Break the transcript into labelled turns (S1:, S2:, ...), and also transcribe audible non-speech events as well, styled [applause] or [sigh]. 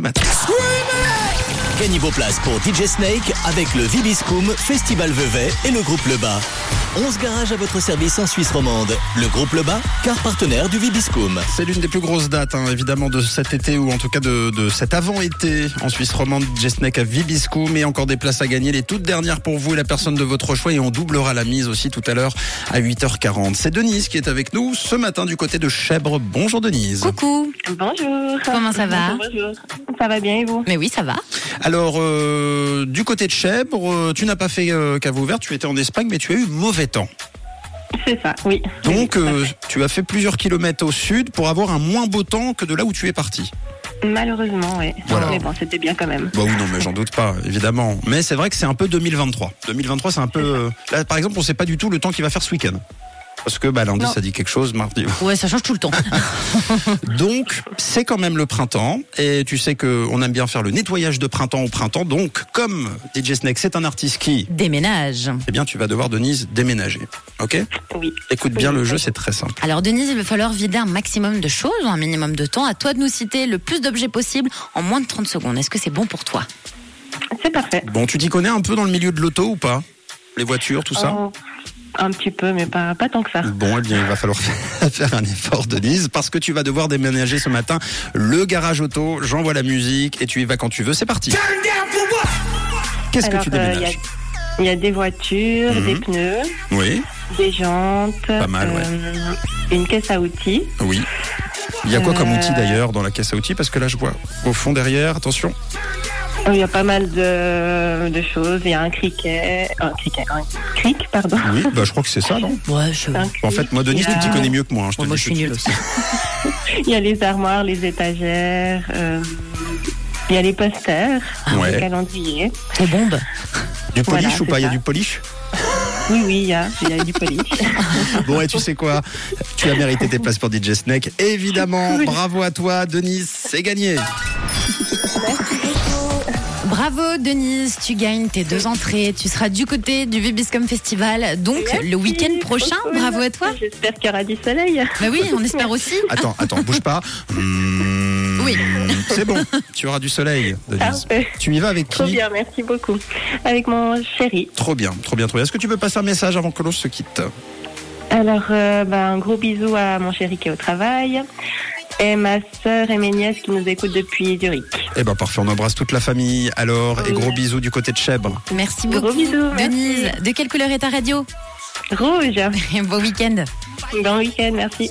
S1: matin.
S2: Gagnez vos places pour DJ Snake avec le Vibiscum Festival Vevey et le groupe Le Bas. 11 garages à votre service en Suisse romande. Le groupe Le Bas, car partenaire du Vibiscum.
S1: C'est l'une des plus grosses dates, hein, évidemment, de cet été ou en tout cas de, de cet avant-été en Suisse romande. Jesnek à Vibisco, mais encore des places à gagner. Les toutes dernières pour vous et la personne de votre choix. Et on doublera la mise aussi tout à l'heure à 8h40. C'est Denise qui est avec nous ce matin du côté de Chèbre. Bonjour Denise.
S3: Coucou.
S4: Bonjour.
S3: Comment ça va
S4: Bonjour, bonjour. Ça va bien et vous
S3: Mais oui, ça va.
S1: Alors, euh, du côté de Chèbre, euh, tu n'as pas fait euh, cave ouverte, tu étais en Espagne, mais tu as eu mauvais temps.
S4: C'est ça, oui.
S1: Donc, euh, tu as fait plusieurs kilomètres au sud pour avoir un moins beau temps que de là où tu es parti.
S4: Malheureusement, oui.
S1: Voilà.
S4: Mais bon, c'était bien quand même.
S1: Bah oui, non, mais j'en doute pas, évidemment. Mais c'est vrai que c'est un peu 2023. 2023, c'est un peu. euh, Là, par exemple, on sait pas du tout le temps qu'il va faire ce week-end. Parce que bah, lundi,
S3: Non.
S1: ça dit quelque chose, mardi.
S3: Ouais, ça change tout le [laughs] temps.
S1: Donc, c'est quand même le printemps. Et tu sais que on aime bien faire le nettoyage de printemps au printemps. Donc, comme DJ Snake, c'est un artiste qui.
S3: Déménage.
S1: Eh bien, tu vas devoir, Denise, déménager. Ok
S4: Oui.
S1: Écoute bien le jeu, c'est très simple.
S3: Alors Denise, il va falloir vider un maximum de choses, en un minimum de temps. À toi de nous citer le plus d'objets possible en moins de 30 secondes. Est-ce que c'est bon pour toi
S4: C'est parfait.
S1: Bon, tu t'y connais un peu dans le milieu de l'auto ou pas Les voitures, tout ça
S4: Oh, un petit peu, mais pas, pas tant que ça.
S1: Bon, eh bien, il va falloir [laughs] faire un effort, Denise, parce que tu vas devoir déménager ce matin le garage auto. J'envoie la musique et tu y vas quand tu veux. C'est parti. Qu'est-ce que
S4: Alors,
S1: tu
S4: euh,
S1: déménages
S4: Il y, a des voitures,
S1: Mhm.
S4: des pneus,
S1: Oui,
S4: des jantes.
S1: Pas mal, ouais.
S4: euh, Une caisse à outils.
S1: oui. Il y a quoi comme
S4: Euh,
S1: outil d'ailleurs dans la caisse à outils Parce que là, je vois au fond derrière. Attention.
S4: Oh, Il y a pas mal de, de choses. Il y a un criquet. Un criquet, un cric, pardon.
S1: Oui, bah, je crois que c'est ça, non
S3: Ouais, je...
S4: Un
S3: Bon,
S1: En
S4: cric,
S1: fait, moi, Denise,
S4: il y
S1: tu t'y
S4: a-
S1: connais mieux que moi. hein, je te
S3: moi,
S1: dis
S3: je
S1: tout
S3: suis
S1: de
S3: nulle
S1: suite.
S3: [laughs] aussi.
S4: Il y a les armoires, les étagères. euh, il y a les posters,
S1: Ah Ouais.
S4: les calendriers.
S3: Trop bombe.
S1: Du polish
S4: Voilà,
S1: ou pas
S4: c'est
S1: Il y a
S4: ça.
S1: du polish
S4: Oui, oui, il y a, il y a du polish.
S1: Bon, et tu sais quoi Tu as mérité tes places pour DJ Snake. Évidemment,
S4: [laughs] Oui.
S1: bravo à toi, Denise. C'est gagné.
S3: Bravo Denise, tu gagnes tes deux entrées. Tu seras du côté du Vibiscom Festival, donc le week-end prochain. Bravo à toi.
S4: J'espère qu'il y aura du soleil.
S3: Bah oui, on espère aussi.
S1: Attends, attends, bouge pas. Mmh,
S3: Oui.
S1: C'est bon, tu auras du soleil, Denise.
S4: Parfait.
S1: Tu y vas avec qui
S4: Ah, Trop bien, merci beaucoup. Avec mon chéri.
S1: Trop bien, trop bien, trop bien. Est-ce que tu peux passer un message avant que l'on se quitte
S4: Alors, euh, bah, un gros bisou à mon chéri qui est au travail. Et ma sœur et mes nièces qui nous écoutent depuis Zurich.
S1: Eh ben parfait, on embrasse toute la famille alors et
S4: Oui.
S1: gros bisous du côté de Chèbre.
S3: Merci
S4: Gros
S3: beaucoup.
S4: bisous, merci.
S3: Denise, de quelle couleur est ta radio
S4: Rouge,
S3: Et [laughs] Bon week-end.
S4: bon week-end, merci.